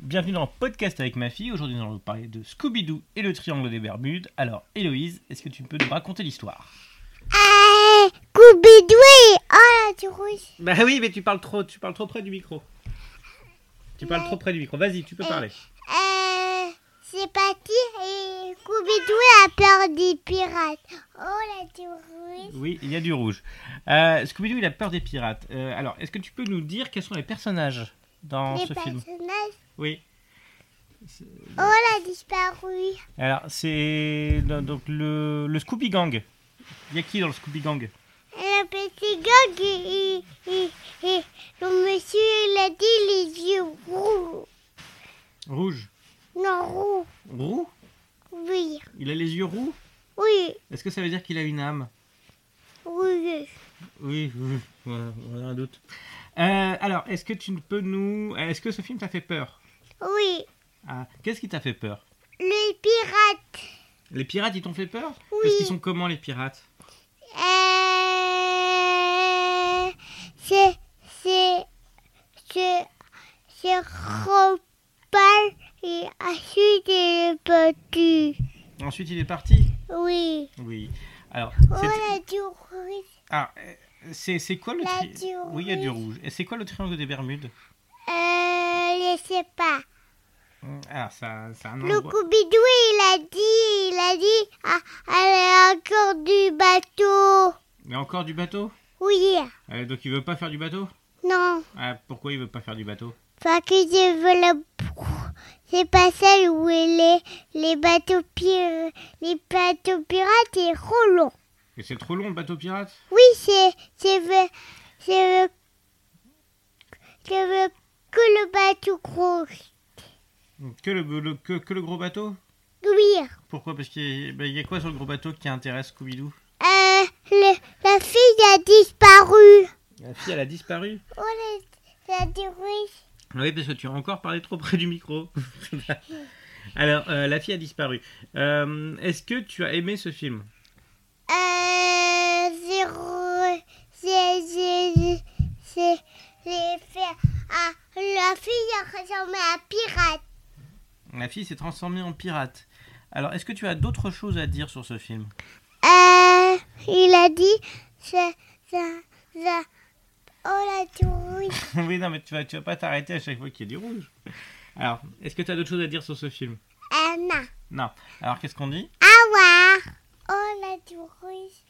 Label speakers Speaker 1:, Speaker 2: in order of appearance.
Speaker 1: bienvenue dans Podcast avec ma fille. Aujourd'hui, nous allons vous parler de Scooby-Doo et le triangle des Bermudes. Alors, Héloïse, est-ce que tu peux nous raconter l'histoire
Speaker 2: Ah, Coubidoué Oh, tu rouges
Speaker 1: Bah oui, mais tu parles trop, tu parles trop près du micro. Tu parles trop près du micro. Vas-y, tu peux parler.
Speaker 2: Euh, c'est parti et Coubidoué a peur des pirates. Oh là, tu rouges
Speaker 1: Oui, il y a du rouge. Euh, Scooby-Doo, il a peur des pirates. Euh, alors, est-ce que tu peux nous dire quels sont les personnages dans
Speaker 2: Les
Speaker 1: ce film
Speaker 2: personnages.
Speaker 1: Oui.
Speaker 2: Oh là, disparu.
Speaker 1: Alors, c'est le- donc le, le Scooby Gang. Il y a qui dans le Scooby Gang
Speaker 2: Et le petit gog, il- il- il- le monsieur, il a dit les yeux roux.
Speaker 1: Rouge.
Speaker 2: Non, roux.
Speaker 1: Roux
Speaker 2: Oui,
Speaker 1: Il a les yeux roux
Speaker 2: oui,
Speaker 1: Est-ce que ça veut dire qu'il a une âme
Speaker 2: oui.
Speaker 1: Oui, oui, on a- on a un doute. Euh, alors, est-ce que tu peux nous... Est-ce que ce film t'a fait peur
Speaker 2: Oui,
Speaker 1: Ah, Qu'est-ce qui t'a fait peur
Speaker 2: les pirates.
Speaker 1: Les pirates, ils t'ont fait peur
Speaker 2: Oui.
Speaker 1: Parce qu'ils sont comment les pirates
Speaker 2: Euh, c'est c'est c'est c'est Ropal et Achille et le petit.
Speaker 1: Ensuite, il est parti
Speaker 2: Oui.
Speaker 1: Oui. Alors,
Speaker 2: Oh
Speaker 1: c'est-
Speaker 2: la durée.
Speaker 1: ah, euh, c'est c'est quoi le...
Speaker 2: La
Speaker 1: tri-
Speaker 2: du
Speaker 1: Oui, il y a du
Speaker 2: rouge.
Speaker 1: rouge. Et c'est quoi le triangle des Bermudes
Speaker 2: Euh, je sais pas.
Speaker 1: Ah, ça, ça a un
Speaker 2: Le
Speaker 1: endroit...
Speaker 2: Coubidou, il a dit, il a dit, ah, elle est encore du bateau.
Speaker 1: Mais encore du bateau
Speaker 2: Oui,
Speaker 1: Euh, Donc il veut pas faire du bateau
Speaker 2: non,
Speaker 1: ah, Pourquoi il veut pas faire du bateau
Speaker 2: parce que je veux la... C'est pas celle où les, les bateaux pirates, les bateaux pirates et roulons.
Speaker 1: Et c'est trop long le bateau pirate
Speaker 2: Oui, c'est, c'est, ve- c'est, ve- je veux que le bateau croche.
Speaker 1: Que le, le- que, que le gros bateau
Speaker 2: Oui,
Speaker 1: Pourquoi Parce qu'il y, a- ben, il y a quoi sur le gros bateau qui intéresse Scooby-Doo
Speaker 2: euh, le- la fille a disparu.
Speaker 1: La fille, elle a disparu
Speaker 2: Oh, la, la durée.
Speaker 1: Oui, parce que tu as encore parlé trop près du micro. Alors, euh, la fille a disparu. Euh, Est-ce que tu as aimé ce film
Speaker 2: Euh, zéro- j'ai- j'ai- j'ai- j'ai- j'ai fait ah, la fille a ressemblé à un pirate.
Speaker 1: La fille s'est transformée en pirate. Alors, est-ce que tu as d'autres choses à dire sur ce film
Speaker 2: Euh, il a dit ça, ça, ça. Oh la touille.
Speaker 1: Oui, non, mais tu vas, tu vas pas t'arrêter à chaque fois qu'il y a du rouge. Alors, est-ce que tu as d'autres choses à dire sur ce film
Speaker 2: Anna.
Speaker 1: Non. Alors, qu'est-ce qu'on dit
Speaker 2: Au revoir. Oh la touille.